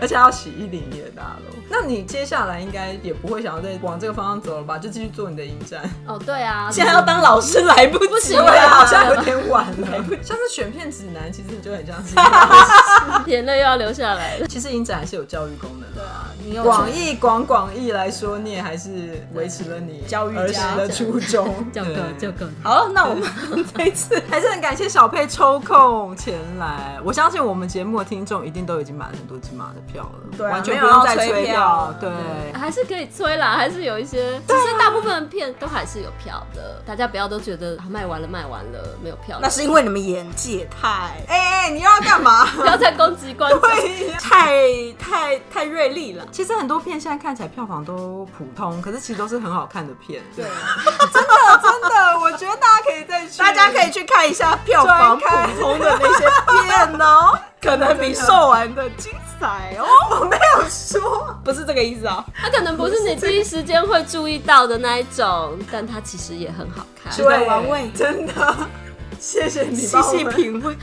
D: 而且还要洗一零一的大楼。那你接下来应该也不会想要再往这个方向走了吧？就继续做你的影展。
B: 哦，对啊，
C: 现在要当老师来不及
B: 行
D: 对
B: 啊
D: 啊，好
C: 了。
D: 像有点晚 了。像是选片指南，其实你就很像是一个。
B: 眼泪又要流下来了。
D: 其实影展还是有教育功能的。啊
C: 你有
D: 广义广广义来说，你也还是维持了你
C: 教育家
D: 儿时的初 衷。
B: 教稿教
D: 对
B: 稿，
C: 好，那我们这一次
D: 还是很感谢小佩抽空前来，我相信我们节目的听众一定都已经买了很多金马的票了，
C: 对啊
D: 完全
C: 没
D: 不
C: 有
D: 用
C: 要
D: 再
C: 催
D: 催
C: 票
D: 票
C: 了。
D: 对，
B: 还是可以催啦，还是有一些，
C: 啊
B: 其实大部分的片都还是有票的，大家不要都觉得、啊、卖完了卖完了没有票了，
C: 那是因为你们眼界太
D: 哎哎，你又要干嘛？
B: 不要再攻击观众。
D: 对呀。
C: 太太太锐利了。
D: 其实很多片现在看起来票房都普通，可是其实都是很好看的片。
C: 对，
D: 真的，我觉得大家可以再去，
C: 大家可以去看一下票房普通的那些片哦，可能比售完的精彩哦。我没有说，不是这个意思啊。
B: 它可能不是你第一时间会注意到的那一种，但它其实也很好看。
C: 值得玩味
D: 真的。谢谢你
C: 细
D: 帮我们
C: 细品味。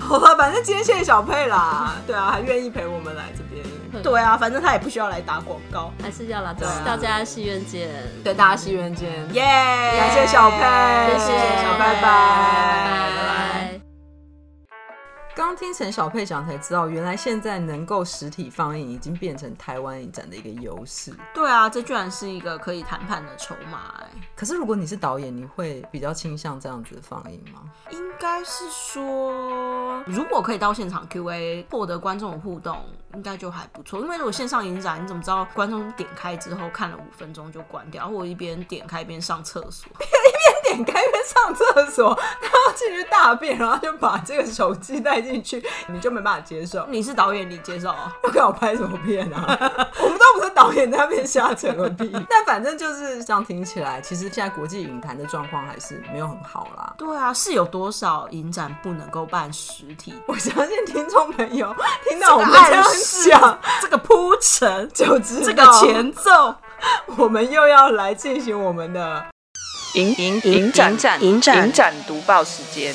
D: 好吧，反正今天谢谢小佩啦，对啊，还愿意陪我们来这边。
C: 对啊，反正他也不需要来打广告。
B: 还是要啦，
D: 对啊
B: 大家戏院见，
D: 对，大家戏缘见，
C: 耶！
D: 感
C: 感
D: 谢小佩，
B: 谢谢
D: 小
B: 小
D: 哎拜
B: 佩拜
D: 拜。
B: 拜。
D: 刚听陈小佩讲才知道，原来现在能够实体放映已经变成台湾影展的一个优势。
C: 对啊，这居然是一个可以谈判的筹码、哎，
D: 可是如果你是导演，你会比较倾向这样子放映吗？
C: 应该是说，如果可以到现场 Q&A 获得观众的互动，应该就还不错。因为如果线上影展，你怎么知道观众点开之后看了五分钟就关掉，或者一边点开一边上厕所？
D: 点开边上厕所，然后进去大便，然后就把这个手机带进去， 你就没办法接受。
C: 你是导演，你接受哦？
D: 不管我拍什么片啊， 我们都不是导演在那边瞎扯个 屁。但反正就是这样听起来，其实现在国际影坛的状况还是没有很好啦。
C: 对啊，是有多少影展不能够办实体？
D: 我相信听众朋友听到我们这
C: 暗
D: 样
C: 示
D: 讲，
C: 这个铺陈，
D: 就知道
C: 这个前奏，
D: 我们又要来进行我们的
A: 影影影展展影展影展读报时间。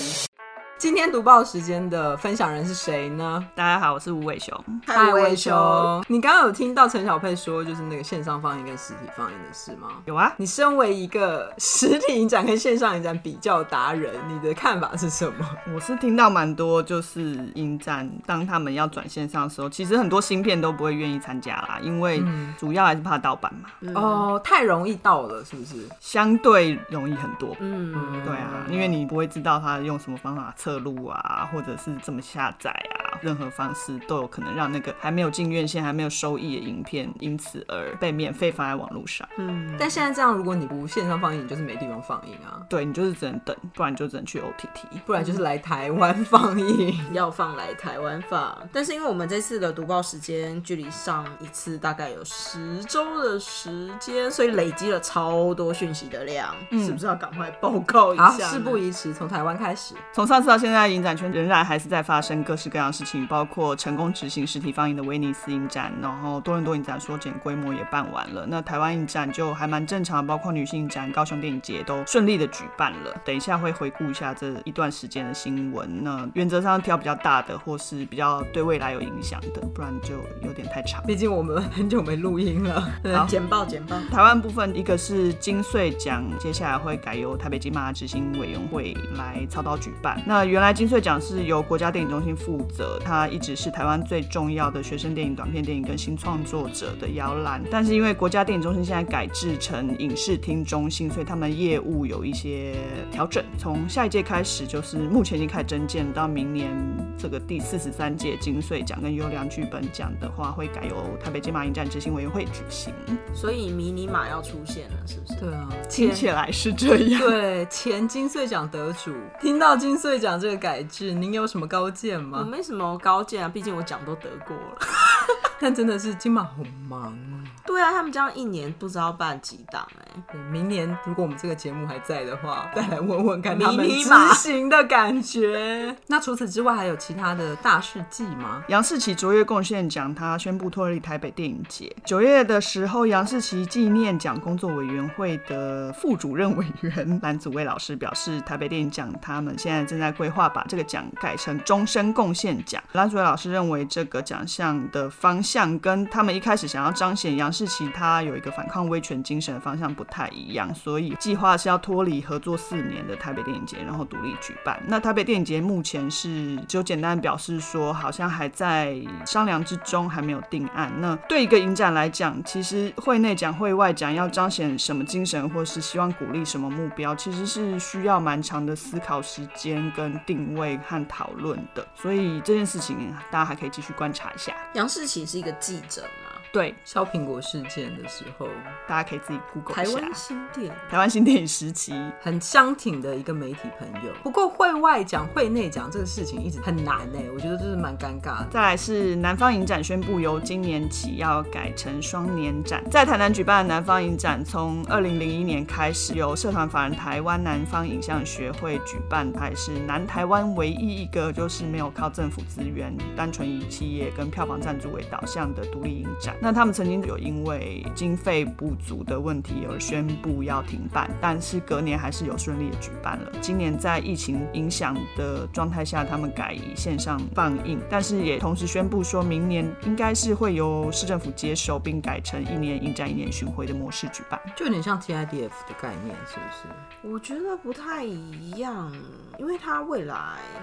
D: 今天读报时间的分享人是谁呢？
C: 大家好，我是吴伟雄。
D: 艾维修，你刚刚有听到陈小佩说就是那个线上放映跟实体放映的事吗？
C: 有啊，
D: 你身为一个实体影展跟线上影展比较达人，你的看法是什么？
E: 我是听到蛮多，就是影展当他们要转线上的时候，其实很多新片都不会愿意参加啦，因为
C: 嗯
E: 主要还是怕盗版嘛，
D: 哦，太容易到了，是不是？
E: 相对容易很多。
C: 嗯，
E: 对啊，因为你不会知道他用什么方法测录啊，或者是怎么下载啊，任何方式都有可能让那个还没有进院线、还没有收益的影片，因此而被免费放在网络上。
D: 但现在这样，如果你不线上放映，你就是没地方放映啊，
E: 对你就是只能等，不然就只能去 OTT。
D: 不然就是来台湾放 映。
C: 要放来台湾放，但是因为我们这次的读报时间距离上一次大概有十周的时间，所以累积了超多讯息的量，是不是要赶快报告一
D: 好，
C: 下？
D: 事不。宜迟，从台湾开始。
E: 从上次到现在，影展圈仍然还是在发生各式各样事事情，包括成功执行实体放映的威尼斯影展，然后多伦多影展缩减规模也办完了。那台湾影展就还蛮正常，包括女性影展、高雄电影节都顺利的举办了。等一下会回顾一下这一段时间的新闻。那原则上挑比较大的，或是比较对未来有影响的，不然就有点太长。
D: 毕竟我们很久没录音了。
E: 好
D: 简报简报。
E: 台湾部分，一个是金穗奖，接下来会改由台北金马执行委员会来操刀举办。那原来金穗奖是由国家电影中心负责，它一直是台湾最重要的学生电影、短片电影跟新创作者的摇篮。但是因为国家电影中心现在改制成影视厅中心，所以他们业务有一些调整。从下一届开始，就是目前已经开始征件，到明年这个第四十三届金穗奖跟优良剧本奖的话，会改由台北金马影展执行委员会举行。
C: 所以迷你马要出现了，是不是？
D: 对啊，
E: 听起来是这样。
D: 对，前金穗奖得主，听到金穗奖这个改制，您有什么高见
C: 我
D: 吗？
C: 没什么高见啊，毕竟我奖都得过了。
D: 但真的是金马好忙啊。
C: 对啊，他们这样一年不知道办几档哎、
D: 对明年如果我们这个节目还在的话，再来问问看
C: 迷
D: 他们
C: 你马
D: 执行的感觉。那除此之外，还有其他的大事记吗？
E: 杨世奇卓越贡献奖，他宣布脱离台北电影节。九月的时候，杨世奇纪念奖工作委员会的副主任委员 蓝祖蔚老师表示，台北电影奖他们现在正在规划把这个奖改成终身贡献奖。蓝祖蔚老师认为，这个奖项的方向跟他们一开始想要彰显杨世奇他有一个反抗威权精神的方向不太一样，所以计划是要脱离合作四年的台北电影节，然后独立举办。那台北电影节目前是只有简单表示说，好像还在商量之中，还没有定案。那对一个影展来讲，其实会内奖、会外奖要彰显什么精神，或是希望鼓励什么目标，其实是需要蛮长的思考时间、跟定位和讨论的。所以这件事情大家还可以继续观察一下。
C: 杨世奇是一个记者嘛，
E: 对，
D: 削苹果事件的时候，
E: 大家可以自己 Google
C: 台
E: 一下。
C: 湾新店。
E: 台湾新电影时期，
D: 很相挺的一个媒体朋友。不过会外讲、会内讲这个事情一直很难哎、我觉得就是蛮尴尬的。
E: 再来是南方影展宣布，由今年起要改成双年展，在台南举办的南方影展，从二零零一年开始，由社团法人台湾南方影像学会举办，它也是南台湾唯一一个就是没有靠政府资源，单纯以企业跟票房赞助为导向的独立影展。那他们曾经有因为经费不足的问题而宣布要停办，但是隔年还是有顺利的举办了。今年在疫情影响的状态下，他们改以线上放映，但是也同时宣布说明年应该是会由市政府接手，并改成一年影展一年巡回的模式举办。
D: 就有点像 TIDF 的概念，是不是？
C: 我觉得不太一样，因为他未来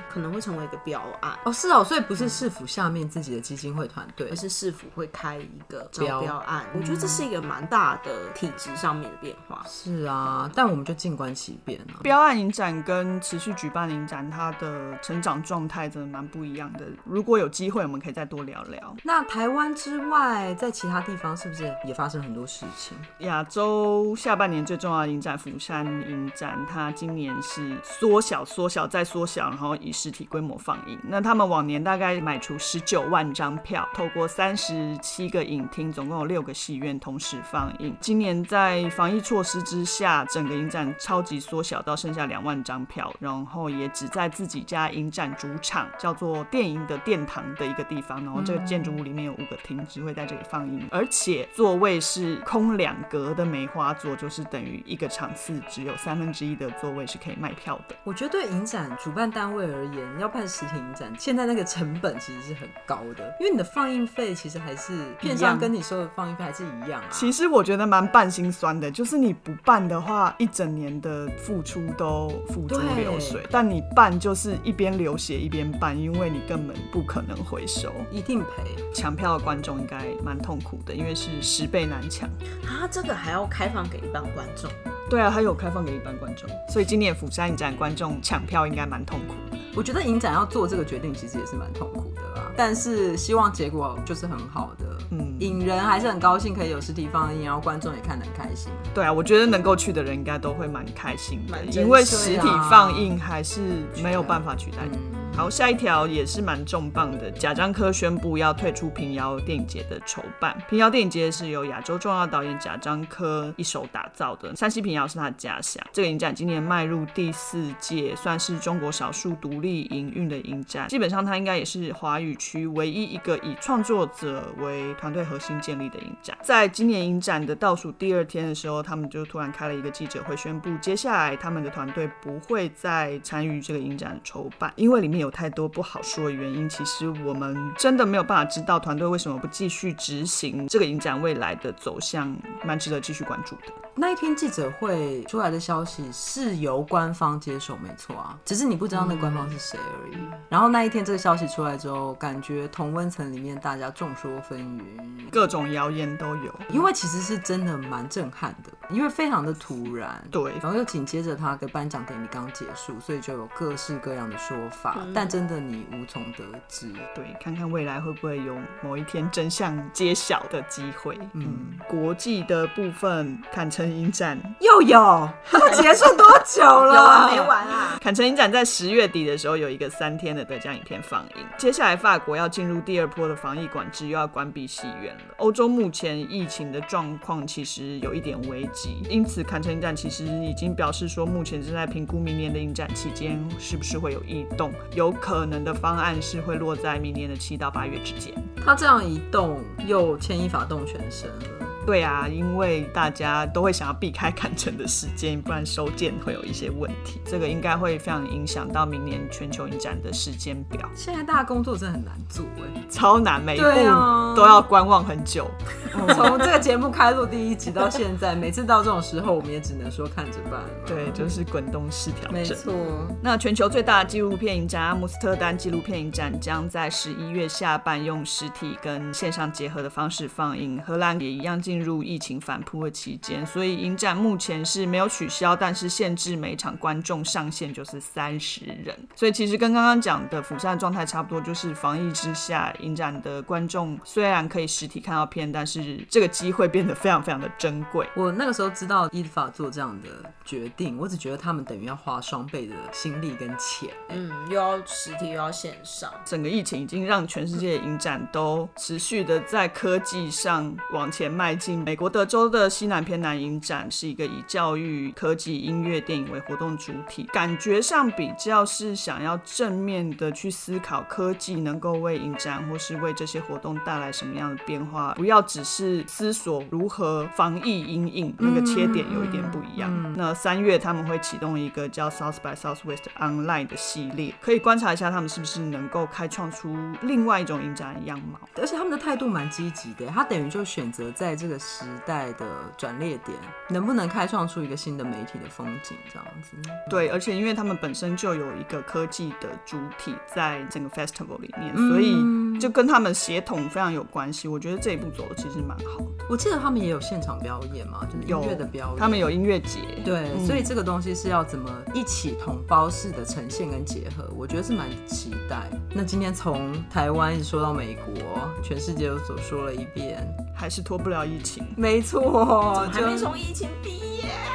C: 可能会成为一个标案，
D: 哦，是哦，所以不是市府下面自己的基金会团队
C: 而，是市府会开一个招
D: 标
C: 标案。我觉得这是一个蛮大的体制上面的变化。
D: 是啊，但我们就静观其变啊。
E: 标案影展跟持续举办影展，它的成长状态真的蛮不一样的。如果有机会，我们可以再多聊聊。
D: 那台湾之外，在其他地方是不是也发生很多事情？
E: 亚洲下半年最重要的影展——釜山影展，它今年是缩小、缩小再缩小，然后以实体规模放映。那他们往年大概买出十九万张票，透过三十七个影厅，总共有六个戏院同时放映。今年在防疫措施之下，整个影展超级缩小到剩下两万张票，然后也只在自己家影展主场，叫做电影的殿堂的一个地方，然后这个建筑物里面有五个厅，只会在这里放映，而且座位是空两格的梅花座，就是等于一个场次只有三分之一的座位是可以卖票的。
D: 我觉得对影展主办单位而言，要办实体影展，现在那个成本其实是很高的，因为你的放映费其实还是片商跟你收的放映费还是一样啊。
E: 其实我觉得蛮半心酸的，就是你不办的话，一整年的付出都付诸
D: 对
E: 流水；但你办就是一边流血一边办，因为你根本不可能回收。
D: 一定赔，
E: 抢票的观众应该蛮痛苦的，因为是十倍难抢。
C: 啊，这个还要开放给一般观众，
E: 对啊，它有开放给一般观众，所以今年釜山影展观众抢票应该蛮痛苦的。
D: 我觉得影展要做这个决定，其实也是蛮痛苦的啦。但是希望结果就是很好的，
E: 嗯
D: 影人还是很高兴可以有实体放映，然后观众也看得很开心。
E: 对啊，我觉得能够去的人应该都会蛮开心的，
C: 蛮珍惜
E: 因为实体放映还是没有办法取代的。
D: 嗯，
E: 好，下一条也是蛮重磅的，贾樟柯宣布要退出平遥电影节的筹办。平遥电影节是由亚洲重要导演贾樟柯一手打造的，山西平遥是他的家乡。这个影展今年迈入第四届，算是中国少数独立营运的影展。基本上，它应该也是华语区唯一一个以创作者为团队核心建立的影展。在今年影展的倒数第二天的时候，他们就突然开了一个记者会，宣布接下来他们的团队不会再参与这个影展筹办，因为里面有太多不好说的原因。其实我们真的没有办法知道团队为什么不继续执行这个影展未来的走向，蛮值得继续关注的。
D: 那一天记者会出来的消息是由官方接手，没错啊，只是你不知道那官方是谁而已。
C: 嗯
D: 然后那一天这个消息出来之后，感觉同温层里面大家众说纷纭，
E: 各种谣言都有，
D: 因为其实是真的蛮震撼的，因为非常的突然，
E: 对
D: 然后又紧接着他的颁奖典礼刚结束，所以就有各式各样的说法，
C: 嗯
D: 但真的你无从得知。
E: 对，看看未来会不会有某一天真相揭晓的机会。嗯，国际的部分，坎城影展，
D: 又有，他们结束多久 了？
C: 有完没完啊？
E: 坎城影展在十月底的时候有一个三天的得奖影片放映。接下来法国要进入第二波的防疫管制，又要关闭戏院了。欧洲目前疫情的状况其实有一点危机，因此坎城影展其实已经表示说，目前正在评估明年的影展期间是不是会有异动，有可能的方案是会落在明年的七到八月之间。
D: 他这样一动，又牵一发动全身了。
E: 对啊，因为大家都会想要避开砍城的时间，不然收件会有一些问题。这个应该会非常影响到明年全球影展的时间表，
D: 现在大家工作真的很难做哎、
E: 超难，每一步
D: 对啊
E: 都要观望很久。
D: 从这个节目开录第一集到现在，每次到这种时候，我们也只能说看着办了。
E: 对，就是滚动式调
D: 没
E: 整。
D: 错，
E: 那全球最大的纪录片影展阿姆斯特丹纪录片影展将在十一月下半用实体跟线上结合的方式放映。荷兰也一样进入疫情反扑的期间，所以影展目前是没有取消，但是限制每场观众上限就是三十人。所以其实跟刚刚讲的釜山的状态差不多，就是防疫之下，影展的观众虽然可以实体看到片，但是这个机会变得非常非常的珍贵。
D: 我那个时候知道伊法做这样的决定，我只觉得他们等于要花双倍的心力跟钱。
C: 嗯，又要实体又要线上，
E: 整个疫情已经让全世界的影展都持续的在科技上往前迈进。美国德州的西南偏南影展是一个以教育、科技、音乐、电影为活动主体，感觉上比较是想要正面的去思考科技能够为影展或是为这些活动带来什么样的变化，不要只是思索如何防疫阴影，那个切点有一点不一
D: 嗯
E: 样。那三月他们会启动一个叫 South by Southwest Online 的系列，可以观察一下他们是不是能够开创出另外一种影展的样貌。
D: 而且他们的态度蛮积极的，欸他等于就选择在这个时代的转捩点，能不能开创出一个新的媒体的风景，这样子。
E: 对，而且因为他们本身就有一个科技的主体在整个 festival 里面，所
D: 嗯
E: 以就跟他们协同非常有关系。我觉得这一步走的其实蛮好的，
D: 我记得他们也有现场表演嘛，就是音乐的表演。
E: 他们有音乐节，
D: 对，所以这个东西是要怎么一起同胞式的呈现跟结合，我觉得是蛮期待。那今天从台湾一直说到美国，全世界都所说了一遍，
E: 还是脱不了疫情，
D: 没错，
C: 还没
D: 就
C: 从疫情毕业。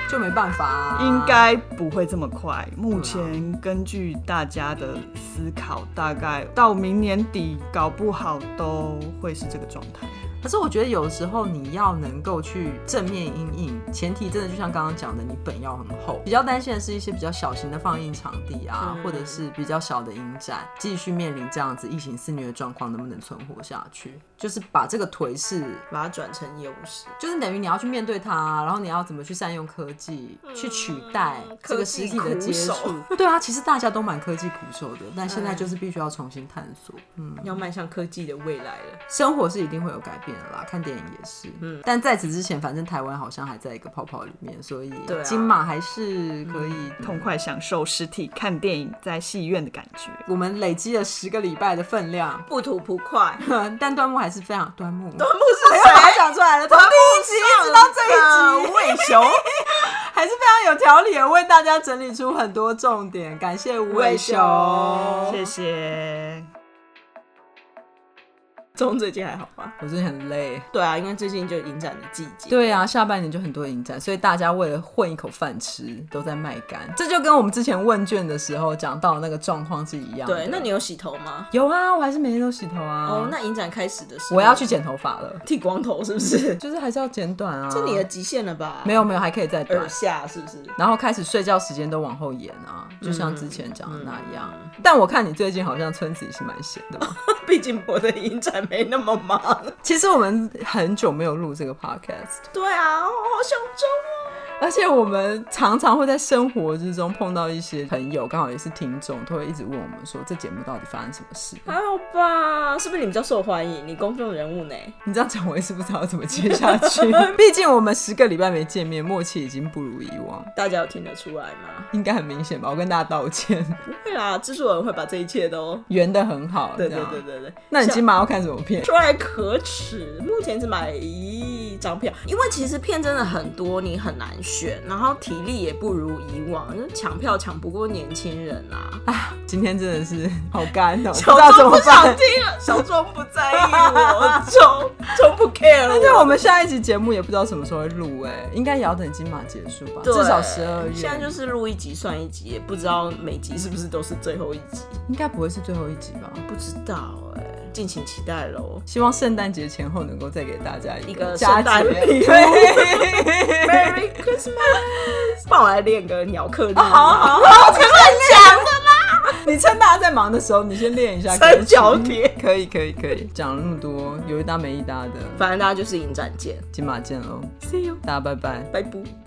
D: 就没办法、啊，
E: 应该不会这么快。目前根据大家的思考，大概到明年底，搞不好都会是这个状态。
D: 可是我觉得有时候你要能够去正面阴影，前提真的就像刚刚讲的，你本要很厚。比较担心的是一些比较小型的放映场地啊，或者是比较小的影展，继续面临这样子疫情肆虐的状况，能不能存活下去？就是把这个颓势，
C: 把它转成业务师，
D: 就是等于你要去面对它，啊然后你要怎么去善用科技、去取代这个实体的接触
C: 嗯科技。
D: 对啊，其实大家都蛮科技苦手的，但现在
C: 嗯
D: 就是必须要重新探索。
C: 要迈向科技的未来了。
D: 生活是一定会有改变的啦，看电影也是。嗯，但在此之前，反正台湾好像还在一个泡泡里面，所以
C: 对啊嗯
D: 金马还是可以。
E: 痛快享受实体看电影在戏院的感觉。
D: 我们累积了十个礼拜的分量，
C: 不吐不快，哎
D: 但端木还是非常端木。端
C: 不是谁
D: 把它讲出来了，从第一集一直到
C: 啊
D: 这 一集，
E: 魏雄，
D: 还是非常有条理的为大家整理出很多重点。感谢吴伟雄，
E: 谢谢。
C: 钟最近还好吗？
D: 我最近很累。
C: 对啊，因为最近就影展的季节。
D: 对啊，下半年就很多影展，所以大家为了混一口饭吃，都在卖干。这就跟我们之前问卷的时候讲到的那个状况是一样的。
C: 啊对，那你有洗头吗？
D: 有啊，我还是每天都洗头啊。
C: 哦，那影展开始的时候，
D: 我要去剪头发了，
C: 剃光头是不是？
D: 就是还是要剪短啊。
C: 这你的极限了吧？
D: 没有没有，还可以再 短
C: 耳。下是不是？
D: 然后开始睡觉时间都往后延啊，就像之
C: 嗯
D: 前讲的那样。但我看你最近好像村子也是蛮闲的
C: 哦
D: 嘛。
C: 毕竟我的影展没那么忙。
D: 其实我们很久没有录这个 podcast，
C: 对啊，我好想中啊
D: 而且我们常常会在生活之中碰到一些朋友，刚好也是听众，都会一直问我们说这节目到底发生什么事。
C: 还好吧？是不是你比较受欢迎？你公众人物呢？
D: 你这样讲，我也是不知道怎么接下 去。毕竟我们十个礼拜没见面，默契已经不如以往，
C: 大家有听得出来吗？
D: 应该很明显吧？我跟大家道歉，
C: 不会啦，制作人会把这一切都……
D: 圆的很好。
C: 对
D: 这
C: 对啊
D: 样
C: 对。对对。
D: 那你
C: 像
D: 今晚要看什么片？
C: 说来可耻，目前只买一张票，因为其实片真的很多，你很难选，然后体力也不如以往，就抢票抢不过年轻人啊。
D: 今天真的是好干 哦，不知
C: 小
D: 道怎
C: 钟
D: 么
C: 不
D: 办
C: 想。听了，小钟不在意我，钟 钟不 care
D: 而且我
C: 我。
D: 们下一集节目也不知道什么时候会录，哎，应该也要等金马结束吧，
C: 对
D: 至少十二月。
C: 现在就是录一集算一集，也不知道每集是不是都是最后一集，
D: 应该不会是最后一集吧？
C: 不知道哎、敬请期待喽。
D: 希望圣诞节前后能够再给大家一
C: 一个
D: 个佳
C: 圣诞
D: 节
C: 礼物
D: 对
C: Merry Christmas！帮我 哦来练个鸟克力，
D: 好好好，这是讲的啦。你趁大家在忙的时候，你先练一下
C: 三角铁。
D: 可以可以可以，讲了那么多，有一搭没一搭的，
C: 反正大家就是影展见
D: 金马见喽，
C: ，See you，
D: 大家拜拜。
C: 拜拜。